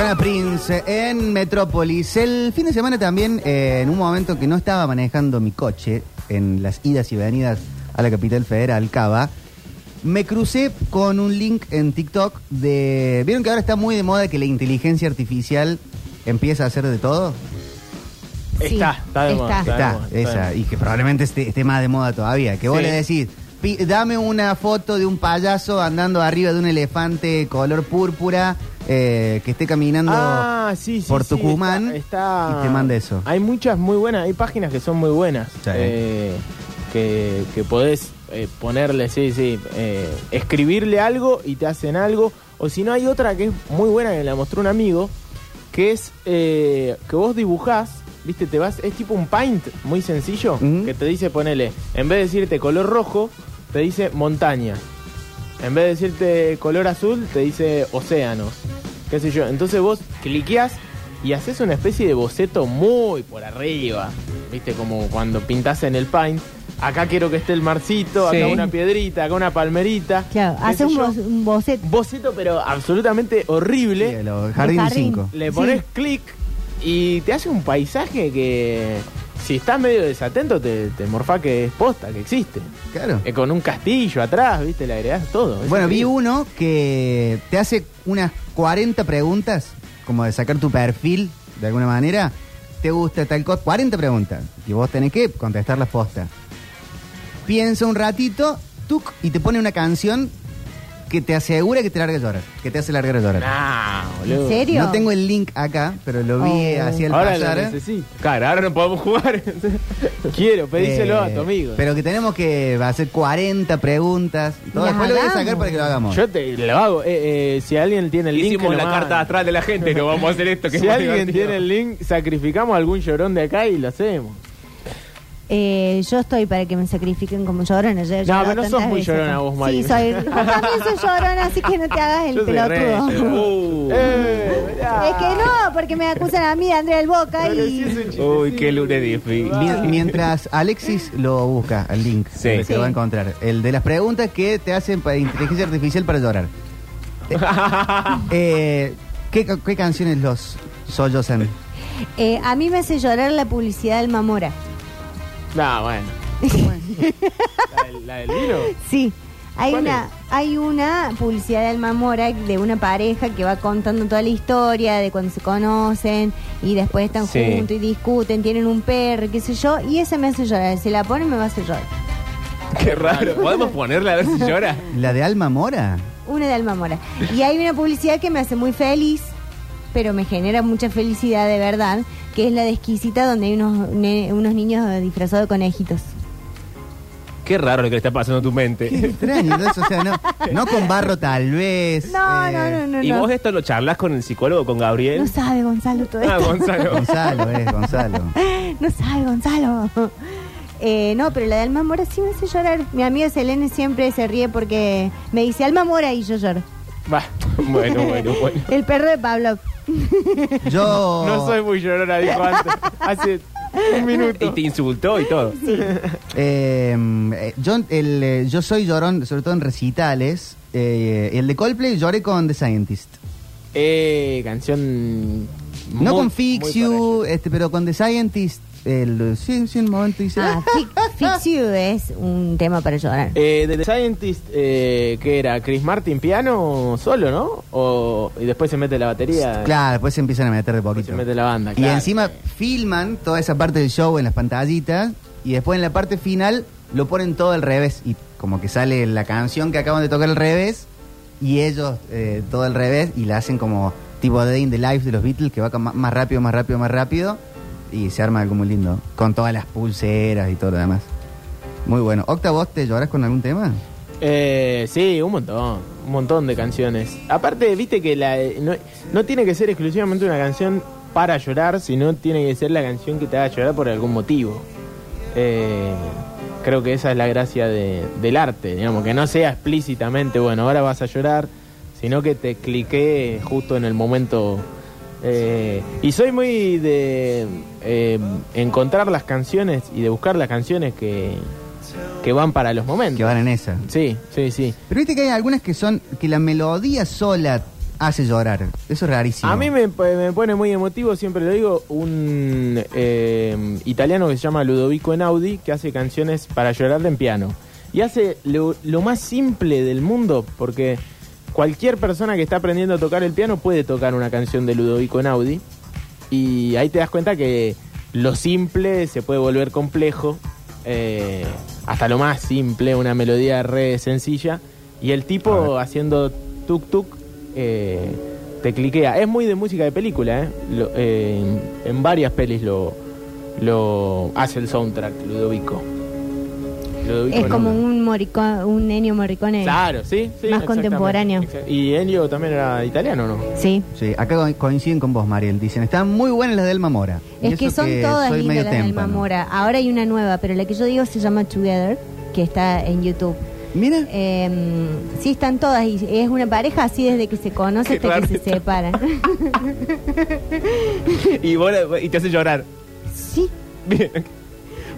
Estamos en Metrópolis. El fin de semana también, eh, en un momento que no estaba manejando mi coche en las idas y venidas a la capital federal, Cava, me crucé con un link en TikTok de... ¿Vieron que ahora está muy de moda que la inteligencia artificial empieza a hacer de todo? Sí, Está, está de moda. está. Está, de moda, esa, está de y que probablemente esté, esté más de moda todavía. Que vos Sí. le decís, "Pi- dame una foto de un payaso andando arriba de un elefante color púrpura eh, que esté caminando Ah, sí, sí. por sí, Tucumán está, está- y te manda eso. Hay muchas muy buenas, hay páginas que son muy buenas. Sí. eh, que, que podés eh, ponerle, sí, sí, eh, escribirle algo y te hacen algo. O si no, hay otra que es muy buena que me la mostró un amigo, que es eh, que vos dibujás, viste, te vas, es tipo un paint muy sencillo, Ujú. que te dice, ponele, en vez de decirte color rojo, te dice montaña. En vez de decirte color azul, te dice océanos. Qué sé yo. Entonces vos cliqueás y haces una especie de boceto muy por arriba. Viste, como cuando pintás en el paint. Acá quiero que esté el marcito, Sí. acá una piedrita, acá una palmerita. Claro, Qué sé hace un, este yo. bo- un boceto. boceto, pero absolutamente horrible. Sí, lo- Jardín jardín. 5. Le pones clic y te hace un paisaje que si estás medio desatento te, te morfá que es posta, que existe. Claro. Eh, con un castillo atrás, viste, le agregás todo. Es Bueno, vi increíble. uno que te hace unas 40 preguntas, como de sacar tu perfil de alguna manera. ¿Te gusta tal cosa? 40 preguntas. Y vos tenés que contestar las postas. Piensa un ratito, tuc, y te pone una canción que te asegura que te larga a llorar. Que te hace largar a llorar. Nah, boludo. ¿En serio? No tengo el link acá, pero lo vi Oh. así al ahora pasar. lo necesito. Claro, ahora no podemos jugar. Quiero, pedíselo a Eh, tu amigo. Pero que tenemos que hacer 40 preguntas. y todo. Las Después lo voy a sacar hagamos. para que lo hagamos. Yo te lo hago. Eh, eh, si alguien tiene el link. Hicimos lo la manda. carta astral de la gente, no vamos a hacer esto. Que Si es más alguien divertido. tiene el link, sacrificamos a algún llorón de acá y lo hacemos. Eh, yo estoy para que me sacrifiquen como llorona. Yo he No, llorado pero no tantas sos muy veces. llorona vos, Mari. Sí, soy. Vos también sos llorona, así que no te hagas el Yo soy re pelotudo. llorón. Eh, mirá. Es que no, porque me acusan a mí, de Andrea del Boca, Pero sí es un y. chiste, Uy, qué sí. lunes difícil. Ah. Mien- Mientras Alexis lo busca, el link Sí. que Sí. va a encontrar. El de las preguntas que te hacen para inteligencia artificial para llorar. Eh, eh, ¿qué, ca- qué canciones los sollozan? Eh, a mí me hace llorar la publicidad del Mamora. No, bueno. ¿La, del- la del vino? Sí. Hay ¿Cuál una, es? hay una publicidad de Alma Mora de una pareja que va contando toda la historia de cuando se conocen y después están Sí. juntos y discuten, tienen un perro, qué sé yo, y esa me hace llorar. Si la pone me va a hacer llorar. Qué raro. ¿Podemos ponerla a ver si llora? ¿La de Alma Mora? Una de Alma Mora. Y hay una publicidad que me hace muy feliz, pero me genera mucha felicidad de verdad, que es la de Exquisita donde hay unos, ne- unos niños eh, disfrazados de conejitos. Qué raro lo que le está pasando a tu Qué mente. extraño, ¿no? o sea, no, no con barro tal vez. No, eh, no, no, no. ¿Y no. vos esto lo charlas con el psicólogo, con Gabriel? No sabe Gonzalo todo Ah, esto. Gonzalo. Gonzalo, es, Gonzalo. No sabe, Gonzalo. Eh, no, pero la de Alma Mora sí me hace llorar. Mi amiga Selene siempre se ríe porque me dice Alma Mora y yo lloro. Va. Bueno, bueno, bueno. El perro de Pablo. Yo. No soy muy llorona, dijo antes. Hace un Y minuto. te insultó y todo. Eh, eh, yo, el, eh, yo soy llorón, sobre todo en recitales. Eh, el de Coldplay lloré con The Scientist. Eh, canción. No muy- con muy Fix para You, ellos. este, pero con The Scientist. El, sí, sí, un momento dice. Ah, Fi- Fix You es un tema para llorar. Eh, de The Scientist, eh, que era Chris Martin piano solo, ¿no? O, y después se mete la batería. Claro, después se empiezan a meter de Después poquito. se mete la banda. Y claro. encima filman toda esa parte del show en las pantallitas. Y después en la parte final lo ponen todo al revés. Y como que sale la canción que acaban de tocar al revés. Y ellos eh, todo al revés. Y la hacen como tipo Day in the Life de los Beatles. Que va con ma- más rápido, más rápido, más rápido. Y se arma algo muy lindo. Con todas las pulseras y todo lo demás. Muy bueno. Octa, ¿vos te llorás con algún tema? Eh, sí, un montón, un montón de canciones. Aparte, viste que la, no, no tiene que ser exclusivamente una canción para llorar, sino tiene que ser la canción que te haga llorar por algún motivo. Eh, creo que esa es la gracia de- del arte, digamos, que no sea explícitamente, bueno, ahora vas a llorar, sino que te cliqué justo en el momento. eh, y soy muy de eh, encontrar las canciones y de buscar las canciones que, que van para los momentos. Que van en esa. Sí, sí, sí. Pero viste que hay algunas que son que la melodía sola hace llorar. Eso es rarísimo. A mí me, me pone muy emotivo, siempre lo digo, un eh, italiano que se llama Ludovico Einaudi, que hace canciones para llorar en piano. Y hace lo, lo más simple del mundo, porque cualquier persona que está aprendiendo a tocar el piano puede tocar una canción de Ludovico Einaudi. Y ahí te das cuenta que lo simple se puede volver complejo, eh, hasta lo más simple, una melodía re sencilla. Y el tipo haciendo tuk tuk eh, te cliquea. Es muy de música de película, ¿eh? Lo- eh, en, en varias pelis lo, lo hace el soundtrack, Ludovico. Ludovico Es como Einaudi. un moricón, un Ennio Morricone. Claro, sí, sí, Más exactamente. contemporáneo. Exact- Y Enio también era italiano, ¿no? Sí. Sí, acá co- coinciden con vos, Mariel. Dicen, están muy buenas las del Mamora. Y Es que eso son todas soy medio lindas las del témpano. Mamora. Ahora hay una nueva, pero la que yo digo se llama Together, que está en YouTube. Mira, Eh, sí, están todas. Y es una pareja así desde que se conoce Qué hasta que raro se está. separan. Y, vos la- y te hace llorar. sí. Bien.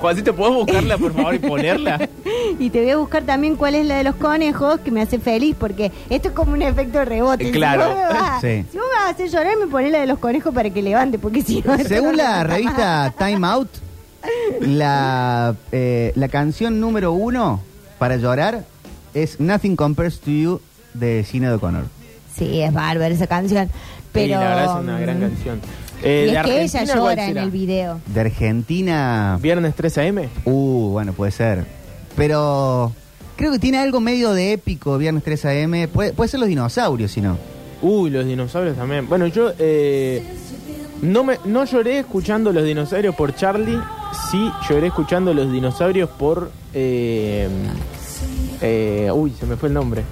Juancito, ¿podés buscarla, por favor, y ponerla? Y te voy a buscar también cuál es la de los conejos, que me hace feliz, porque esto es como un efecto rebote. Eh, claro. Si vos, me vas, Sí. si vos me vas a hacer llorar, me pones la de los conejos para que levante, porque si no... esto según no la levanta más. revista Time Out, la, eh, la canción número uno para llorar es Nothing Compares to You de Cine de Connor. Sí, es bárbara esa canción. Pero... Sí, la verdad es una gran mm, canción. Y Eh, de es que ella Argentina, ¿cuál llora en será? el video. De Argentina. Viernes 3 AM. Uh, bueno, puede ser. Pero creo que tiene algo medio de épico, Viernes 3 AM. Puede, puede ser los dinosaurios, si no. Uy, los dinosaurios también. Bueno, yo eh, no me no lloré escuchando los dinosaurios por Charlie, sí lloré escuchando los dinosaurios por eh, eh, uy, se me fue el nombre.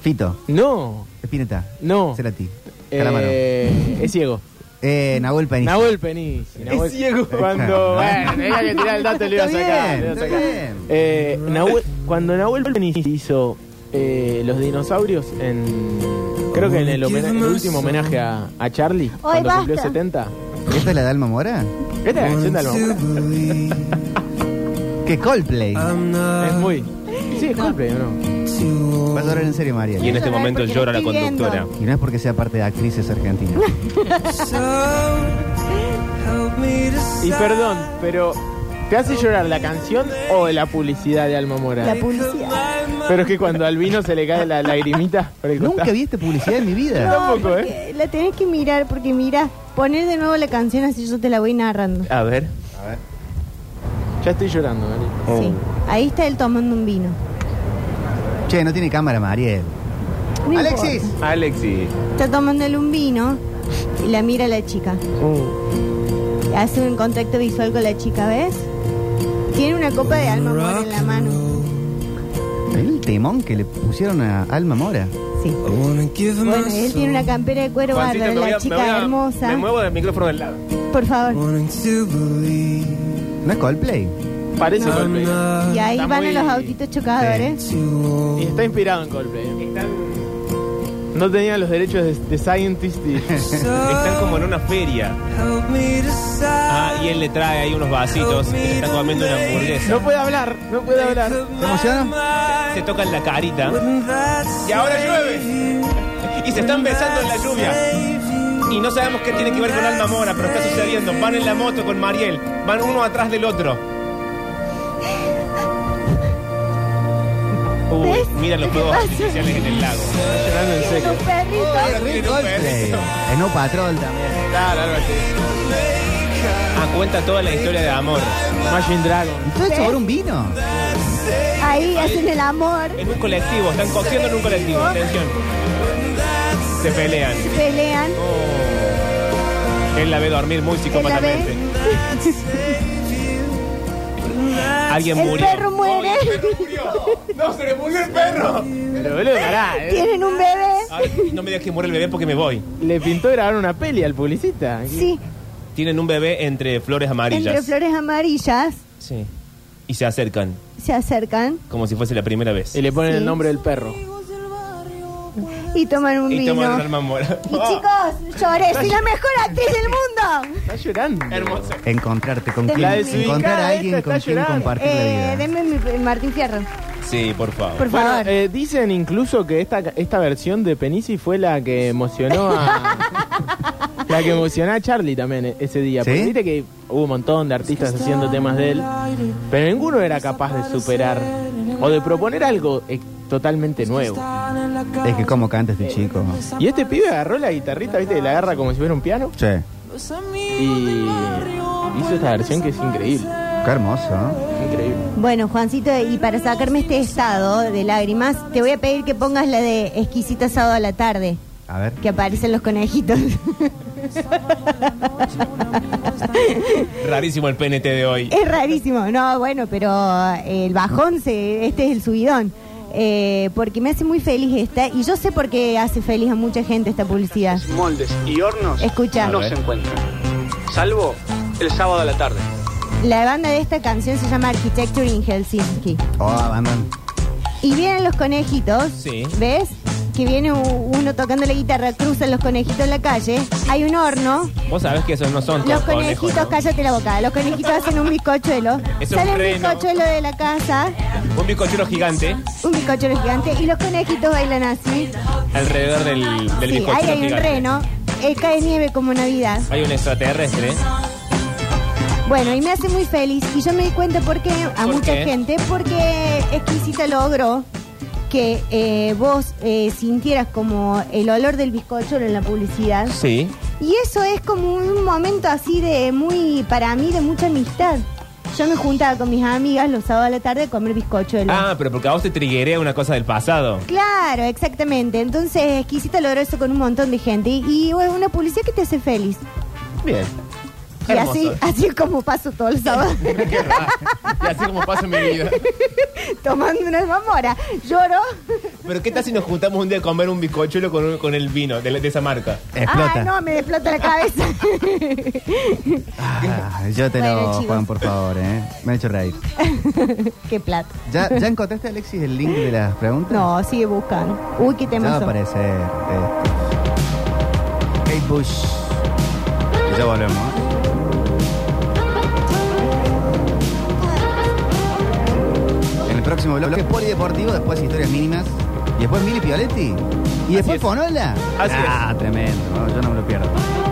Fito, No, Espineta, no. Cerati, Calamaro. Oh. Eh, es ciego. Eh, Nahuel Peniche. Nahuel Penis. Es ciego. Cuando. bueno, tenía que tirar el dato y lo iba a Está sacar. bien, lo iba a está sacar. bien. Eh, Nahuel- cuando Nahuel Penis hizo eh, Los dinosaurios en. Creo que en el, homena- el último homenaje a, a Charlie, cuando cumplió basta. 70. ¿Esta es la de Alma Mora? Esta es la canción de Alma Que Coldplay. Ah. Va Mora. Es Eh. muy. Sí, es Coldplay, ¿o no? a llorar en serio, María. Y en Y este momento Porque llora la estoy viendo. conductora. no es porque sea parte de actrices argentinas. Y perdón, pero. ¿Te hace llorar la canción o la publicidad de Alma Mora? La publicidad. Pero es que cuando al vino se le cae la lagrimita por el Nunca costado. vi esta publicidad en mi vida. Tampoco, ¿eh? porque La tenés que mirar porque mira, poner de nuevo la canción así yo te la voy narrando. A ver. Ya estoy llorando, Dani. Sí. Ahí está él tomando un vino. Che, no tiene cámara, Mariel. No Alexis. importa. Alexi. Está tomándole un vino y la mira la chica. Mm. Hace un contacto visual con la chica, ¿ves? Tiene una copa de alma mora en la mano. El temón que le pusieron a Alma Mora. Sí. Bueno, él tiene una campera de cuero Juancito, bárbara, me la voy a- me voy chica a- Me hermosa. muevo del micrófono del lado. Por favor. ¿No es Coldplay? Parece Coldplay. Y ahí Está van muy- a los autitos ¿eh? chocadores. Y está inspirado en Coldplay. ¿eh? No tenían los derechos de, de Scientist y... Están como en una feria. Ah, y él le trae ahí unos vasitos. y Está comiendo una hamburguesa. No puede hablar, no puede hablar. ¿Te emociona? Se tocan la carita. Y ahora llueve. Y se están besando en la lluvia. Y no sabemos qué tiene que ver con Alma Mora, pero está sucediendo. Van en la moto con Mariel. Van uno atrás del otro. Uy, mira los fuegos artificiales en el lago. Está llorando en seco. Los perritos. Es Coldplay. Es No Patrol también. Claro, algo así. Ah, cuenta toda la historia de amor. Imagine Dragon. ¿Todo esto por un vino? Ahí hacen el amor. En un colectivo, están cogiendo en un colectivo. Atención. Se pelean. Se pelean. Oh. Él la ve dormir muy él la ve. psicópatamente. Alguien El murió. perro muere. ¡No, se le murió el perro! Pero boludo, pará. eh. Tienen un bebé. Ay, no me dejes que muera el bebé porque me voy. Le pintó grabar una peli al publicista. Sí. Tienen un bebé entre flores amarillas. Entre flores amarillas Sí. Y se acercan, se acercan. como si fuese la primera vez. Y le ponen Sí. el nombre del perro. y toman un Y vino. toman un alma mora. Y chicos, lloré, soy la mejor actriz del mundo. Está llorando. Hermoso. Encontrarte con La quien, desubicada encontrar a alguien esta con está quien llorando. compartir Eh, la vida. denme mi eh, Martín Fierro, Sí, por favor. por Bueno, favor. eh, dicen incluso que esta, esta versión de Penisi fue la que emocionó a. la que emocionó a Charlie también e- ese día. ¿Sí? Porque viste que hubo un montón de artistas haciendo temas de él, pero ninguno era capaz de superar o de proponer algo eh, totalmente nuevo. Es que como canta este chico. Y este pibe agarró la guitarrita, viste, la agarra como si fuera un piano Sí, y hizo esta versión que es increíble. qué hermoso. ¿no? Increíble. Bueno, Juancito, y para sacarme este estado de lágrimas, te voy a pedir que pongas la de Exquisita Sábado a la Tarde, A ver. que aparecen los conejitos. Rarísimo el PNT de hoy. Es rarísimo, no, bueno, pero eh, el bajón, se, este es el subidón. Eh, porque me hace muy feliz esta, y yo sé por qué hace feliz a mucha gente esta publicidad. moldes y hornos Escucha, no se encuentran. Salvo el sábado a la tarde. la banda de esta canción se llama Architecture in Helsinki. Oh, abandono. Y vienen los conejitos, Sí. ¿ves? Que viene u- uno tocando la guitarra, cruzan los conejitos en la calle, hay un horno, Vos sabés que esos no son los todos conejitos, conejos, ¿no? cállate la boca, los conejitos hacen un bizcochuelo, Es un sale un reno. bizcochuelo de la casa, Un bizcochuelo gigante un bizcochuelo gigante, y los conejitos bailan así. alrededor del, del Sí, bizcochuelo ahí hay un gigante. reno, eh, cae nieve como Navidad. Hay un extraterrestre. Bueno, y me hace muy feliz. Y yo me di cuenta por qué a ¿Por mucha qué? gente, porque Exquisita logró que eh, vos eh, sintieras como el olor del bizcocho en la publicidad. Sí. Y eso es como un momento así de muy, para mí, de mucha amistad. Yo me juntaba con mis amigas los sábados a la tarde a comer bizcocho. Ah, pero porque a vos te triguerea una cosa del pasado. Claro, exactamente. Entonces, Exquisita logró eso con un montón de gente. Y, y bueno, una publicidad que te hace feliz. Bien. Y así, así es como paso todos los sábados y así como pasa mi vida. tomando una almamora. Lloro. Pero ¿qué tal si nos juntamos un día a comer un bizcochuelo con, un- con el vino de, la- de esa marca? Ah, Explota. no, me explota la cabeza. Ah, yo te Bueno, lo, chicos. Juan, por favor, ¿eh? Me ha hecho reír. Qué plata. ¿Ya, ¿Ya encontraste, Alexis, el link de las preguntas? No, sigue buscando. Uy, qué Ya va a temazo. aparecer. este. Kate Bush. Y ya volvemos. ¿eh? En el próximo bloque, polideportivo, después historias mínimas. Y después Mili Pioletti. Y después es. Fonola. Así ah, tremendo. No, yo no me lo pierdo.